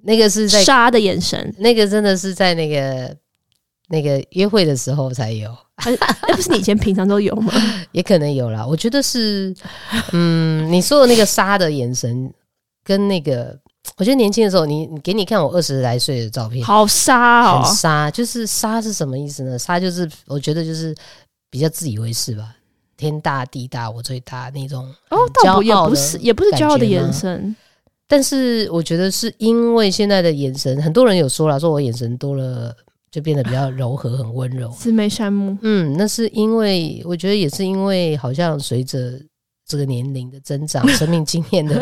Speaker 1: 那个是在
Speaker 2: 杀的
Speaker 1: [laughs]
Speaker 2: 眼神，
Speaker 1: 那个真的是在那个那个约会的时候才有，
Speaker 2: 那哎不是你以前平常都有
Speaker 1: [laughs]
Speaker 2: 吗？
Speaker 1: 也可能有啦。我觉得是，嗯，你说的那个杀的眼神跟那个，我觉得年轻的时候，你你给你看我二十来岁的照片，
Speaker 2: 好杀哦！
Speaker 1: 很杀，就是杀是什么意思呢？杀就是我觉得就是比较自以为是吧，天大地大我最大那种。
Speaker 2: 哦，倒不
Speaker 1: 骄
Speaker 2: 也
Speaker 1: 傲
Speaker 2: 不
Speaker 1: 的
Speaker 2: 是，也不是骄傲的
Speaker 1: 感觉吗
Speaker 2: 眼神，
Speaker 1: 但是我觉得是因为现在的眼神，很多人有说了，说我眼神多了就变得比较柔和，很温
Speaker 2: [laughs]
Speaker 1: 柔。
Speaker 2: 慈眉善目，
Speaker 1: 嗯，那是因为我觉得也是因为好像随着这个年龄的增长，生命经验的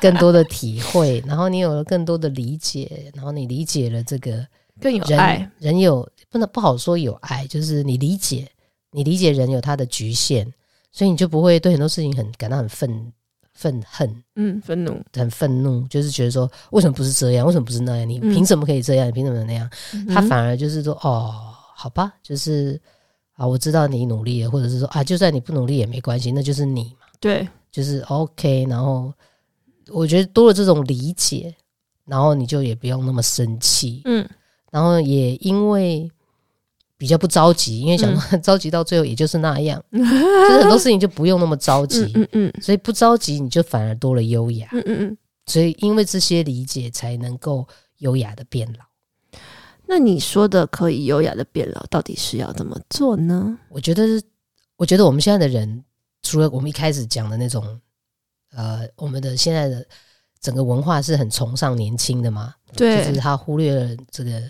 Speaker 1: 更多的体会，然后你有了更多的理解，然后你理解了这个
Speaker 2: 更有
Speaker 1: 人
Speaker 2: 爱。
Speaker 1: 人有不能不好说有爱，就是你理解，你理解人有他的局限，所以你就不会对很多事情很感到很愤愤恨。
Speaker 2: 嗯，愤怒。
Speaker 1: 很愤怒，就是觉得说为什么不是这样，为什么不是那样？你
Speaker 2: 嗯
Speaker 1: 凭什么可以这样？你凭什么那样？他
Speaker 2: 嗯
Speaker 1: 反而就是说，哦，好吧，就是啊，我知道你努力了，或者是说啊，就算你不努力也没关系，那就是你嘛，
Speaker 2: 对，
Speaker 1: 就是 OK。然后我觉得多了这种理解，然后你就也不用那么生气， [laughs]
Speaker 2: 嗯，
Speaker 1: 然后也因为比较不着急，因为想
Speaker 2: 嗯
Speaker 1: 到 [laughs] 着急到最后也就是那样，就是很多事情就不用那么着急
Speaker 2: 嗯，嗯嗯
Speaker 1: 所以不着急你就反而多了优雅。
Speaker 2: 嗯嗯嗯。
Speaker 1: 所以因为这些理解，才能够优雅的变老。
Speaker 2: 那你说的可以优雅的变老，到底是要怎么做呢？
Speaker 1: 我觉得，我觉得我们现在的人，除了我们一开始讲的那种，呃，我们的现在的整个文化是很崇尚年轻的嘛，就是
Speaker 2: 对，
Speaker 1: 他忽略了这个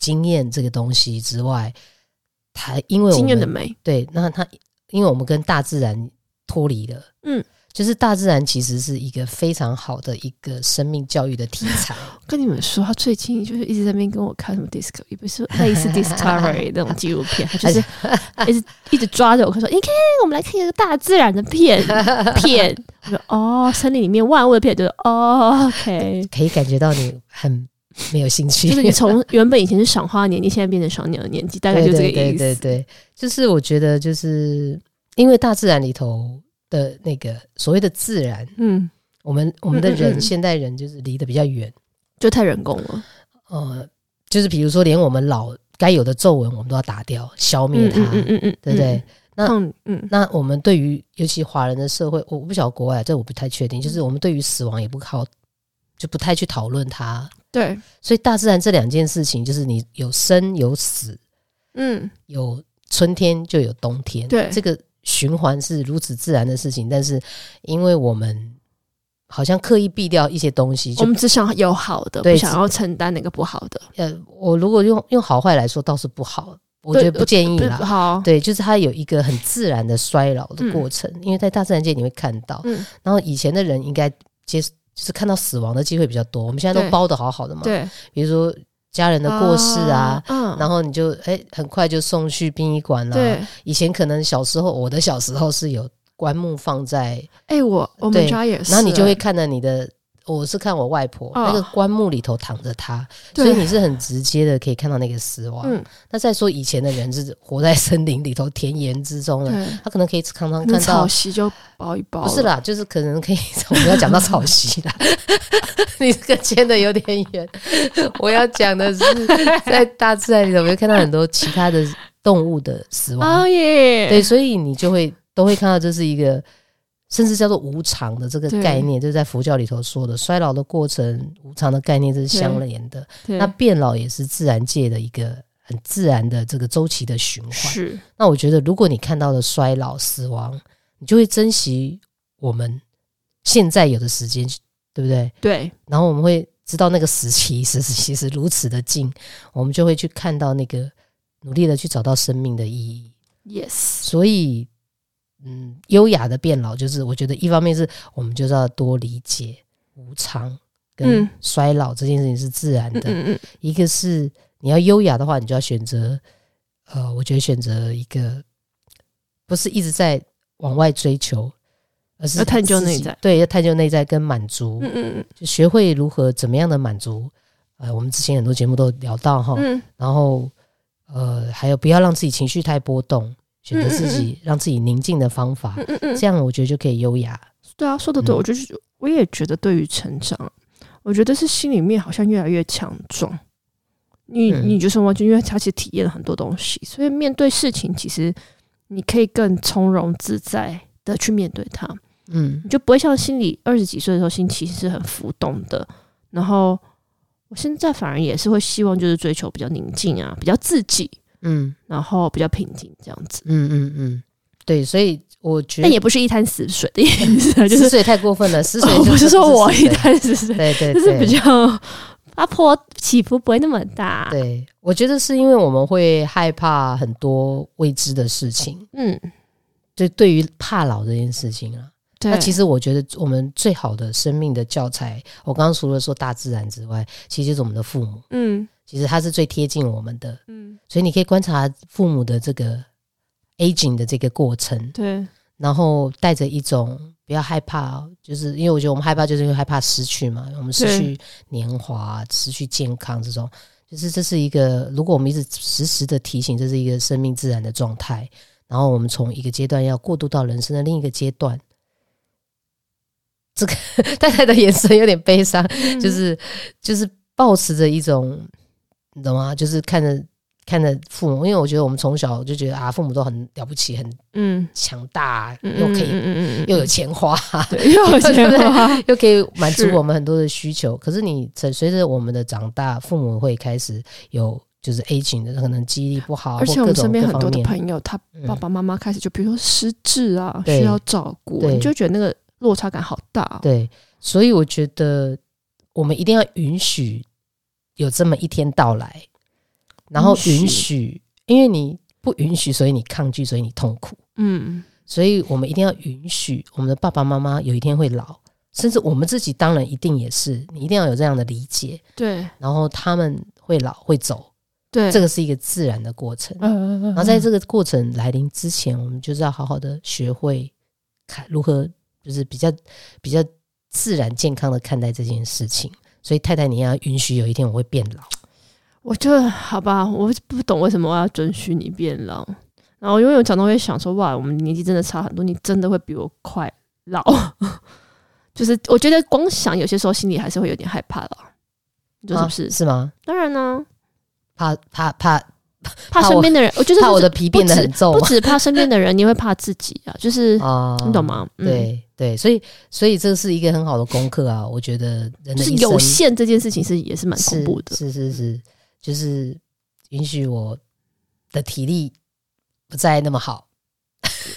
Speaker 1: 经验这个东西之外，他因为我
Speaker 2: 经验的
Speaker 1: 们
Speaker 2: 美。
Speaker 1: 对，那他因为我们跟大自然脱离了，
Speaker 2: 嗯，
Speaker 1: 就是大自然其实是一个非常好的一个生命教育的题材。
Speaker 2: 跟你们说，他最近就是一直在那边跟我看什么 Disco，也不是类似 Discovery
Speaker 1: [laughs]
Speaker 2: 那种纪录片，他
Speaker 1: 哎
Speaker 2: 就是一直一直抓着我，他说：“你看，我们来看一个大自然的片片。”我说：“哦，森林里面万物的片。”就是哦，OK，
Speaker 1: [laughs] 可以感觉到你很没有兴趣，
Speaker 2: [laughs] 就是你从原本以前是赏花的年纪，现在变成赏鸟的年纪，大概就这个意思。
Speaker 1: 对对对对对，就是我觉得就是因为大自然里头的那个所谓的自然，
Speaker 2: 嗯，
Speaker 1: 我们我们的人
Speaker 2: 嗯嗯嗯
Speaker 1: 现代人就是离得比较远，
Speaker 2: 就太人工了。
Speaker 1: 呃，就是比如说连我们老该有的皱纹我们都要打掉，消灭它，
Speaker 2: 嗯嗯，
Speaker 1: 对不对？那
Speaker 2: 嗯嗯，
Speaker 1: 那我们对于尤其华人的社会，我我不晓得国外，这我不太确
Speaker 2: 嗯
Speaker 1: 定。就是我们对于死亡也不靠，就不太去讨论它。
Speaker 2: 对，
Speaker 1: 所以大自然这两件事情，就是你有生有死，
Speaker 2: 嗯
Speaker 1: 有春天就有冬天，
Speaker 2: 对
Speaker 1: 这个循环是如此自然的事情。但是因为我们好像刻意避掉一些东西，
Speaker 2: 我
Speaker 1: 就
Speaker 2: 们只想有好的，
Speaker 1: 对
Speaker 2: 不想要承担那个不好的。
Speaker 1: 呃，我如果用用好坏来说，倒是不好，我觉
Speaker 2: 对
Speaker 1: 得不建议
Speaker 2: 呃不嗯
Speaker 1: 啦。
Speaker 2: 好，
Speaker 1: 对，就是它有一个很自然的衰老的过程，因为在大自然界你会看到。
Speaker 2: 嗯，
Speaker 1: 然后以前的人应该接就是看到死亡的机会比较多，我们现在都
Speaker 2: 对
Speaker 1: 包的好好的嘛，
Speaker 2: 对，
Speaker 1: 比如说家人的过世啊，，
Speaker 2: 嗯，
Speaker 1: 然后你就哎、很快就送去殡仪馆啦、
Speaker 2: 对，
Speaker 1: 以前可能小时候，我的小时候是有棺木放在，
Speaker 2: 哎、我我们
Speaker 1: 对
Speaker 2: 家也是，哎
Speaker 1: 然后你就会看到你的，我是看我外婆、
Speaker 2: 啊
Speaker 1: 那个棺木里头躺着她，
Speaker 2: 对
Speaker 1: 所以你是很直接的可以看到那个死亡。
Speaker 2: 嗯，
Speaker 1: 那再说以前的人是活在森林里头、田园之中的，
Speaker 2: 对，
Speaker 1: 他可能可以常常
Speaker 2: 那
Speaker 1: 看
Speaker 2: 草
Speaker 1: 到。
Speaker 2: 席就包一包，
Speaker 1: 不是，啦，就是可能可以，我们要讲到草席啦。 [laughs] 你这个牵的有点远，我要讲的是，在大自然里头，我们会看到很多其他的动物的死亡
Speaker 2: 啊耶，
Speaker 1: 对，所以你就会都会看到这是一个，甚至叫做无常的这个
Speaker 2: 对
Speaker 1: 概念，就是在佛教里头说的衰老的过程，无常的概念这是相连的。
Speaker 2: 对，
Speaker 1: 那变老也是自然界的一个很自然的这个周期的循环。
Speaker 2: 是
Speaker 1: 那我觉得，如果你看到了衰老、死亡，你就会珍惜我们现在有的时间，对不对？
Speaker 2: 对，
Speaker 1: 然后我们会知道那个时期 [laughs] 时期是如此的近，我们就会去看到那个努力的去找到生命的意义。
Speaker 2: yes，
Speaker 1: 所以，嗯，优雅的变老，就是我觉得一方面是我们就是要多理解无常跟
Speaker 2: 嗯
Speaker 1: 衰老这件事情是自然的，
Speaker 2: 嗯嗯嗯，
Speaker 1: 一个是你要优雅的话，你就要选择，呃，我觉得选择一个不是一直在往外追求，而是
Speaker 2: 要探究
Speaker 1: 自己
Speaker 2: 内在，
Speaker 1: 对，要探究内在跟满足，
Speaker 2: 嗯嗯
Speaker 1: 就学会如何怎么样的满足。呃，我们之前很多节目都有聊到哈，
Speaker 2: 嗯
Speaker 1: 然后呃，还有不要让自己情绪太波动，选择自
Speaker 2: 嗯
Speaker 1: 己让自己宁静的方法，
Speaker 2: 嗯嗯嗯，
Speaker 1: 这样我觉得就可以优雅。
Speaker 2: 对啊，说的对，
Speaker 1: 哦嗯
Speaker 2: 我就是我也觉得对于成长，我觉得是心里面好像越来越强壮。你
Speaker 1: 嗯
Speaker 2: 你就是完全因为他其实体验了很多东西，所以面对事情，其实你可以更从容自在的去面对它。
Speaker 1: 嗯
Speaker 2: 你就不会像心里二十几岁的时候心情是很浮动的。然后我现在反而也是会希望就是追求比较宁静啊，比较自己，
Speaker 1: 嗯
Speaker 2: 然后比较平静这样子。
Speaker 1: 嗯嗯嗯，对，所以我觉
Speaker 2: 但
Speaker 1: 得
Speaker 2: 也不是一滩死水的意
Speaker 1: [laughs]
Speaker 2: 思，啊就
Speaker 1: 死
Speaker 2: 是
Speaker 1: 水太过分了，死水
Speaker 2: 哦
Speaker 1: 就
Speaker 2: 不是说 [laughs] 我
Speaker 1: 死
Speaker 2: 一
Speaker 1: 水
Speaker 2: 滩死水，
Speaker 1: 对对，
Speaker 2: 就是
Speaker 1: 对
Speaker 2: 比较它坡起伏不会那么大。
Speaker 1: 对，我觉得是因为我们会害怕很多未知的事情，
Speaker 2: 嗯，
Speaker 1: 就对于怕老这件事情啊。
Speaker 2: 对，
Speaker 1: 那其实我觉得我们最好的生命的教材，我刚刚除了说大自然之外，其实就是我们的父母，
Speaker 2: 嗯
Speaker 1: 其实他是最贴近我们的，
Speaker 2: 嗯，
Speaker 1: 所以你可以观察父母的这个 aging 的这个过程，
Speaker 2: 对，
Speaker 1: 然后带着一种不要害怕，就是因为我觉得我们害怕，就是因为害怕失去嘛，我们失去年华、失去健康这种，就是这是一个，如果我们一直时时的提醒，这是一个生命自然的状态，然后我们从一个阶段要过渡到人生的另一个阶段。这个 [laughs] 太太的眼神有点悲伤，就
Speaker 2: 嗯
Speaker 1: 是就是保持着一种，你懂吗？就是看着看着父母，因为我觉得我们从小就觉得啊，父母都很了不起，很
Speaker 2: 嗯，
Speaker 1: 强大，
Speaker 2: 嗯
Speaker 1: 又可以、
Speaker 2: 嗯嗯嗯嗯嗯
Speaker 1: 又有钱
Speaker 2: [laughs]
Speaker 1: 花，
Speaker 2: 对，又有
Speaker 1: 对不对
Speaker 2: 钱花，
Speaker 1: 又可以满足
Speaker 2: 是
Speaker 1: 我们很多的需求。可是你随随着我们的长大，父母会开始有就是 A 型的，可能记忆力不好，啊
Speaker 2: 而且
Speaker 1: 或
Speaker 2: 我
Speaker 1: 各
Speaker 2: 们
Speaker 1: 种
Speaker 2: 身
Speaker 1: 各
Speaker 2: 边很
Speaker 1: 方
Speaker 2: 多的
Speaker 1: 面。
Speaker 2: 朋友，他
Speaker 1: 嗯
Speaker 2: 爸爸妈妈开始就比如说失智啊，
Speaker 1: 对
Speaker 2: 需要照顾，
Speaker 1: 对
Speaker 2: 你就觉得那个落差感好大哦。
Speaker 1: 对，所以我觉得我们一定要允许有这么一天到来，然后
Speaker 2: 允
Speaker 1: 允
Speaker 2: 许
Speaker 1: 许，因为你不允许，所以你抗拒，所以你痛苦。
Speaker 2: 嗯，
Speaker 1: 所以我们一定要允许我们的爸爸妈妈有一天会老，甚至我们自己当然一定也是，你一定要有这样的理解。
Speaker 2: 对
Speaker 1: 然后他们会老会走，
Speaker 2: 对，
Speaker 1: 这
Speaker 2: 个，
Speaker 1: 个是一个自然的过程。
Speaker 2: 嗯，然
Speaker 1: 然后在这个过程来临之前，我们就是要好好的学会看如何，就是比较比较自然健康的看待这件事情。所以太太，你要允许有一天我会变老。
Speaker 2: 我就好吧，我不懂为什么我要准许你变老。然后因为我常常会想说，哇，我们年纪真的差很多，你真的会比我快老。 [laughs] 就是我觉得光想，有些时候心里还是会有点害怕了。你说是不是？
Speaker 1: 啊是吗？
Speaker 2: 当然呢、
Speaker 1: 怕怕怕
Speaker 2: 怕
Speaker 1: 怕
Speaker 2: 身
Speaker 1: 我
Speaker 2: 边的人，我觉得
Speaker 1: 怕
Speaker 2: 不
Speaker 1: 我
Speaker 2: 止
Speaker 1: 的皮变得很重
Speaker 2: 不止怕身边的人，你会怕自己啊，就是、
Speaker 1: 啊
Speaker 2: 你懂？吗？嗯，
Speaker 1: 对对，所以所以这是一个很好的功课啊！我觉得人
Speaker 2: 就
Speaker 1: 的
Speaker 2: 是
Speaker 1: 一
Speaker 2: 有
Speaker 1: 生
Speaker 2: 限这件事情是也是蛮恐
Speaker 1: 是
Speaker 2: 怖的。
Speaker 1: 是是是，就是允许我的体力不再那么好，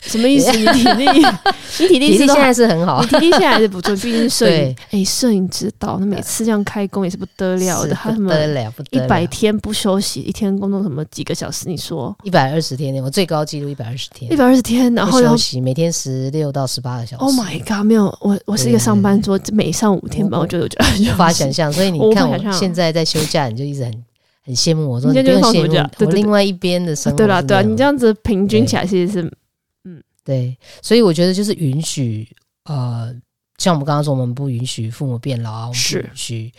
Speaker 2: 什么
Speaker 1: [laughs]
Speaker 2: 意思？你体力，你体力
Speaker 1: 体
Speaker 2: 是
Speaker 1: 力
Speaker 2: 都
Speaker 1: 现在
Speaker 2: 还
Speaker 1: 是很好
Speaker 2: 你，体力现在还是不错，毕竟是摄影
Speaker 1: 对，
Speaker 2: 哎，摄影指导那每次这样开工也是不得了
Speaker 1: 是
Speaker 2: 的，他什
Speaker 1: 不
Speaker 2: 么
Speaker 1: 得了，不
Speaker 2: 一
Speaker 1: 得了，
Speaker 2: 百天不休息，一天工作什么几个小时？你说
Speaker 1: 一百二十天，我最高纪录一百二十天
Speaker 2: 一，百二十天，然
Speaker 1: 不
Speaker 2: 后要
Speaker 1: 休息，每天十六到十八个小时。
Speaker 2: Oh my god，没有，我我是一个
Speaker 1: 对
Speaker 2: 上班族，每上五天班，
Speaker 1: 我
Speaker 2: 我觉得我就要休
Speaker 1: 无法
Speaker 2: 息
Speaker 1: 想象，所以你
Speaker 2: 我无法
Speaker 1: 看我
Speaker 2: 想象
Speaker 1: 现在在休假，你就一直很很羡慕我说
Speaker 2: 你
Speaker 1: 你
Speaker 2: 现
Speaker 1: 不
Speaker 2: 在
Speaker 1: 用
Speaker 2: 就是
Speaker 1: 羡
Speaker 2: 放暑假
Speaker 1: 慕
Speaker 2: 对
Speaker 1: 我
Speaker 2: 对
Speaker 1: 另外一边的生活。
Speaker 2: 对啦，对啦，啊你这
Speaker 1: 样
Speaker 2: 样子平均起来其实是嗯
Speaker 1: 对，所以我觉得就是允许呃，像我们刚刚说，我们不允许父母变老啊，我们不
Speaker 2: 是
Speaker 1: 允许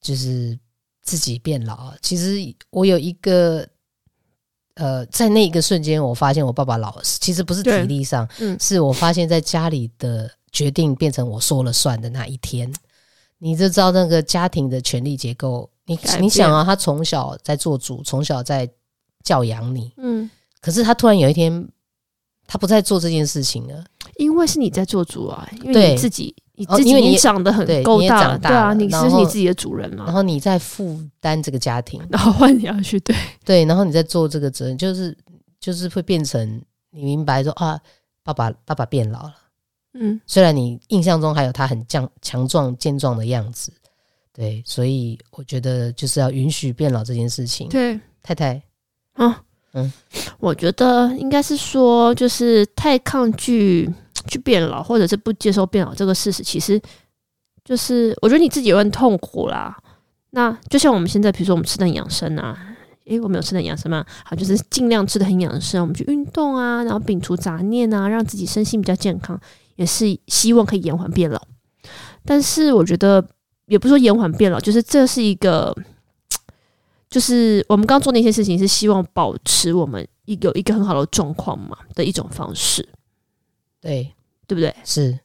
Speaker 1: 就是自己变老啊。其实我有一个呃，在那一个瞬间，我发现我爸爸老了，其实不是体
Speaker 2: 对
Speaker 1: 力上，
Speaker 2: 嗯
Speaker 1: 是我发现在家里的决定变成我说了算的那一天，你就知道那个家庭的权力结构。你
Speaker 2: 改变
Speaker 1: 你想啊，他从小在做主，从小在教养你，
Speaker 2: 嗯，
Speaker 1: 可是他突然有一天，他不再做这件事情了。
Speaker 2: 因为是你在做主啊，因为
Speaker 1: 对
Speaker 2: 你自己你
Speaker 1: 哦
Speaker 2: 自己
Speaker 1: 因为你
Speaker 2: 你
Speaker 1: 也
Speaker 2: 长得很
Speaker 1: 对
Speaker 2: 够
Speaker 1: 你也
Speaker 2: 大
Speaker 1: 长
Speaker 2: 了，
Speaker 1: 大
Speaker 2: 对啊，
Speaker 1: 了
Speaker 2: 你
Speaker 1: 然
Speaker 2: 是你
Speaker 1: 后
Speaker 2: 自己的主人
Speaker 1: 然
Speaker 2: 了，
Speaker 1: 后你在负担这个家庭，
Speaker 2: 然后换你要去对，
Speaker 1: 对，然后你在做这个责任，就是就是会变成你明白说啊，爸爸爸爸变老了。
Speaker 2: 嗯，
Speaker 1: 虽然你印象中还有他很强强壮健壮的样子，对，所以我觉得就是要允许变老这件事情。
Speaker 2: 对。
Speaker 1: 太太，
Speaker 2: 啊，嗯
Speaker 1: 嗯，
Speaker 2: 我觉得应该是说，就是太抗拒去变老，或者是不接受变老这个事实，其实就是我觉得你自己也会很痛苦啦。那就像我们现在，比如说我们吃的养生啊，诶，我们有吃的养生吗？好，就是尽量吃的很养生，我们去运动啊，然后摒除杂念啊，让自己身心比较健康，也是希望可以延缓变老。但是我觉得也不是说延缓变老，就是这是一个就是我们刚刚做那些事情，是希望保持我们一有一个很好的状况嘛的一种方式，
Speaker 1: 对，
Speaker 2: 对不对？
Speaker 1: 是，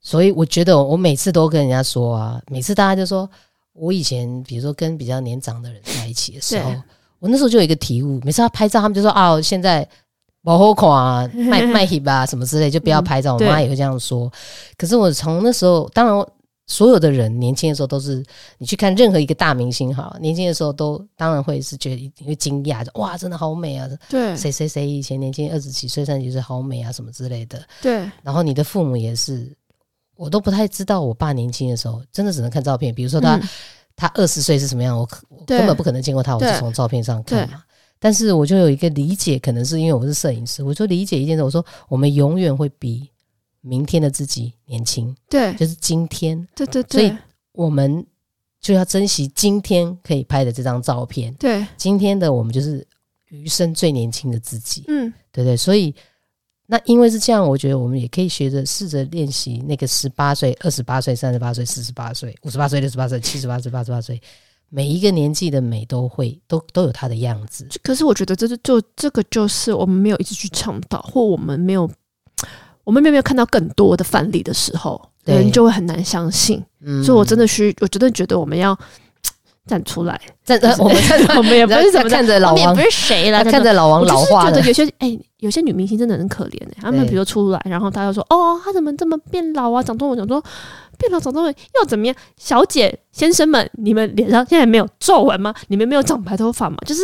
Speaker 1: 所以我觉得我每次都跟人家说啊，每次大家就说我以前比如说跟比较年长的人在一起的时候
Speaker 2: 对，
Speaker 1: 我那时候就有一个体悟，每次他拍照，他们就说啊，我现在往后看啊，
Speaker 2: [laughs]
Speaker 1: 卖卖 hip 啊什么之类，就不要
Speaker 2: 嗯
Speaker 1: 拍照。我
Speaker 2: 对
Speaker 1: 妈也会这样说。可是我从那时候，当然所有的人年轻的时候都是，你去看任何一个大明星哈，年轻的时候都当然会是觉得你会惊讶，哇，真的好美啊！
Speaker 2: 对
Speaker 1: 谁谁谁以前年轻二十几岁、三十几岁好美啊，什么之类的。
Speaker 2: 对
Speaker 1: 然后你的父母也是，我都不太知道我爸年轻的时候，真的只能看照片。比如说他、
Speaker 2: 嗯
Speaker 1: 他二十岁是什么样，我可我
Speaker 2: 对
Speaker 1: 根本不可能见过他，我
Speaker 2: 对
Speaker 1: 是从照片上看嘛。但是我就有一个理解，可能是因为我是摄影师，我就理解一件事，我说我们永远会比明天的自己年轻，
Speaker 2: 对
Speaker 1: 就是今天，
Speaker 2: 对对
Speaker 1: 所以
Speaker 2: 对
Speaker 1: 我们就要珍惜今天可以拍的这张照片，
Speaker 2: 对，
Speaker 1: 今天的我们就是余生最年轻的自己。
Speaker 2: 嗯
Speaker 1: 对不对？所以那因为是这样，我觉得我们也可以学着试着练习那个十八岁、二十八岁、三十八岁、四十八岁、五十八岁、六十八岁、七十八岁、八十八岁，每一个年纪的美都会都都有它的样子。
Speaker 2: 这可是我觉得这就就这个就是我们没有一直去倡导，或我们没有我们没有没有看到更多的范例的时候，
Speaker 1: 对
Speaker 2: 人就会很难相信。
Speaker 1: 嗯
Speaker 2: 所以我真的需，我真的觉得我们要站出来，
Speaker 1: 站在我们站在
Speaker 2: [laughs] 我们也不是
Speaker 1: 在
Speaker 2: 怎么
Speaker 1: 看着老
Speaker 2: 我们也
Speaker 1: 王
Speaker 2: 不，是谁啦，
Speaker 1: 在看着老王
Speaker 2: 我就
Speaker 1: 老
Speaker 2: 是
Speaker 1: 化
Speaker 2: 觉
Speaker 1: 了
Speaker 2: 得。有些哎、有些女明星真的很可怜哎、她们
Speaker 1: 对
Speaker 2: 比如说出来，然后大家说哦，她怎么这么变老啊，长皱纹，长皱纹，变老长皱纹又怎么样？小姐先生们，你们脸上现在没有皱纹吗？你们没有长白头发吗？就是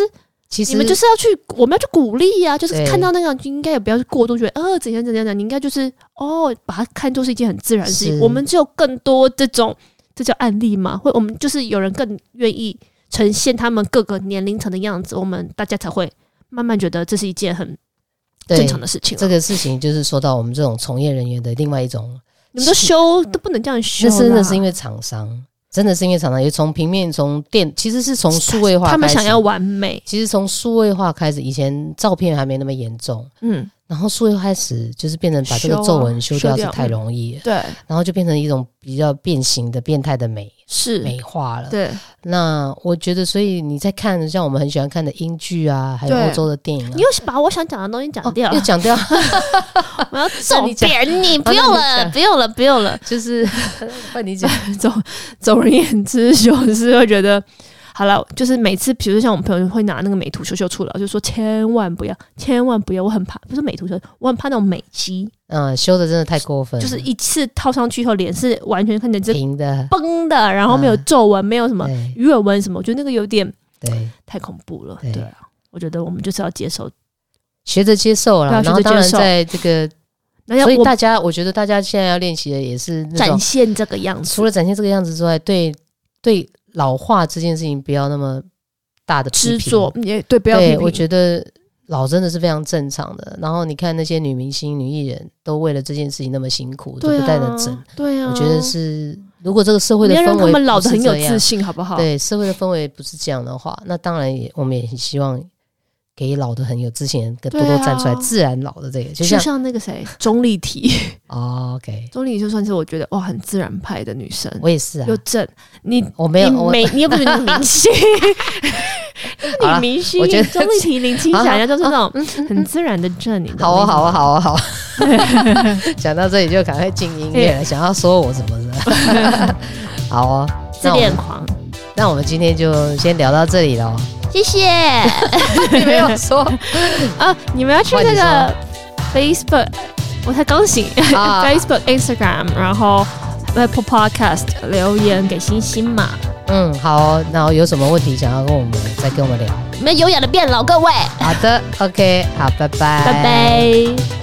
Speaker 1: 其实
Speaker 2: 你们就是要去，我们要去鼓励呀、就是
Speaker 1: 对
Speaker 2: 看到那样，应该也不要去过度觉得呃怎样怎样怎样，你应该就是哦，把它看作是一件很自然的事情。
Speaker 1: 是
Speaker 2: 我们只有更多这种，这叫案例吗？会我们就是有人更愿意呈现他们各个年龄层的样子，我们大家才会慢慢觉得这是一件很正
Speaker 1: 对
Speaker 2: 常的事情啊、
Speaker 1: 这个事情，就是说到我们这种从业人员的另外一种，
Speaker 2: 你们都修都不能这样修
Speaker 1: 那
Speaker 2: 啦，
Speaker 1: 真的是因为厂商，真的是因为厂商也从平面、从电，其实是从数位化
Speaker 2: 他们
Speaker 1: 开
Speaker 2: 想
Speaker 1: 始
Speaker 2: 要完美，
Speaker 1: 其实从数位化开始，以前照片还没那么严重，
Speaker 2: 嗯，
Speaker 1: 然后数位化开始就是变成把这个
Speaker 2: 修啊
Speaker 1: 皱纹修掉
Speaker 2: 修
Speaker 1: 是
Speaker 2: 掉
Speaker 1: 太容易了，
Speaker 2: 对，
Speaker 1: 然后就变成一种比较变形的、变态的美
Speaker 2: 是，
Speaker 1: 美化了。
Speaker 2: 对。
Speaker 1: 那我觉得，所以你在看像我们很喜欢看的英剧啊，还有
Speaker 2: 对
Speaker 1: 欧洲的电影、啊哦
Speaker 2: 你，又把我想讲的东西讲掉
Speaker 1: 又
Speaker 2: 了，
Speaker 1: 讲掉， [laughs]
Speaker 2: 我
Speaker 1: 那
Speaker 2: 要揍
Speaker 1: 你讲
Speaker 2: 扁你！不
Speaker 1: 那
Speaker 2: 用
Speaker 1: 你
Speaker 2: 了，
Speaker 1: 讲
Speaker 2: 不用了，不用了。
Speaker 1: 就是
Speaker 2: [laughs]
Speaker 1: 换你讲，
Speaker 2: 总总而言之，就是会觉得。好了，就是每次，比如说像我们朋友会拿那个美图秀秀出来，我就说千万不要，千万不要，我很怕，不是美图秀秀，我很怕那种美肌，
Speaker 1: 嗯，修的真的太过分了，
Speaker 2: 就是一次套上去以后，脸是完全看起来是
Speaker 1: 平的，
Speaker 2: 崩的，然后没有
Speaker 1: 嗯
Speaker 2: 皱纹，没有什么
Speaker 1: 对
Speaker 2: 鱼尾纹什么，我觉得那个有点
Speaker 1: 对，
Speaker 2: 太恐怖了。
Speaker 1: 对
Speaker 2: 对啊，我觉得我们就是要接受，
Speaker 1: 学着接受
Speaker 2: 对
Speaker 1: 啦。
Speaker 2: 啊
Speaker 1: 然后
Speaker 2: 学着
Speaker 1: 当
Speaker 2: 接
Speaker 1: 然
Speaker 2: 受
Speaker 1: 在这个，
Speaker 2: 那要
Speaker 1: 所以
Speaker 2: 我
Speaker 1: 大家，我觉得大家现在要练习的也是那种
Speaker 2: 展现这个样子，
Speaker 1: 除了展现这个样子之外，对对老化这件事情不要那么大的
Speaker 2: 执
Speaker 1: 批评
Speaker 2: 着，也对，不要批
Speaker 1: 对，
Speaker 2: 评
Speaker 1: 我觉得老真的是非常正常的。然后你看那些女明星、女艺人都为了这件事情那么辛苦，都
Speaker 2: 对
Speaker 1: 不
Speaker 2: 啊，
Speaker 1: 断的整。
Speaker 2: 对啊，
Speaker 1: 我觉得是，如果这个社会
Speaker 2: 你
Speaker 1: 的氛
Speaker 2: 要让他
Speaker 1: 围
Speaker 2: 们老
Speaker 1: 不
Speaker 2: 的
Speaker 1: 是
Speaker 2: 很有
Speaker 1: 这样
Speaker 2: 自信，好不好？
Speaker 1: 对社会的氛围不是这样的话，那当然也我们也很希望给老的很有自信的人更多
Speaker 2: 对
Speaker 1: 多
Speaker 2: 啊
Speaker 1: 站出来，自然老的这个，就
Speaker 2: 就
Speaker 1: 像
Speaker 2: 像那个谁，钟丽缇，
Speaker 1: 哦 OK，
Speaker 2: 钟丽缇就算是我觉得哇很自然派的女生，
Speaker 1: 我也是啊
Speaker 2: 又，正，你
Speaker 1: 我没有
Speaker 2: 你
Speaker 1: 我 [laughs]
Speaker 2: 没你又不是女明星，
Speaker 1: 好
Speaker 2: 女
Speaker 1: 啦
Speaker 2: 明星，
Speaker 1: 我觉得嗯
Speaker 2: 钟丽缇、林青霞，人家都是那种很自然的正，你懂
Speaker 1: 好啊，
Speaker 2: 我意思
Speaker 1: 好啊，，
Speaker 2: 吗
Speaker 1: 好啊， [laughs] 好啊！讲到这里就赶快进音乐了，想要说我什么呢？ [laughs] 好哦，
Speaker 2: 自
Speaker 1: 那我
Speaker 2: 恋
Speaker 1: 们
Speaker 2: 狂，
Speaker 1: 那我们今天就先聊到这里喽。
Speaker 2: 谢 [laughs] 谢
Speaker 1: 你 [laughs] 没有说
Speaker 2: 啊！你们要去
Speaker 1: 换
Speaker 2: 那
Speaker 1: 你
Speaker 2: 个 Facebook，我才刚醒
Speaker 1: [laughs] 哦啊
Speaker 2: [laughs] ，Facebook、Instagram，然后 Apple Podcast 留言给星星嘛，
Speaker 1: 嗯，好哦、然后有什么问题想要跟我们再跟我们聊？
Speaker 2: 你们优雅的变老，各位，
Speaker 1: 好的，OK，好，拜拜，
Speaker 2: 拜拜。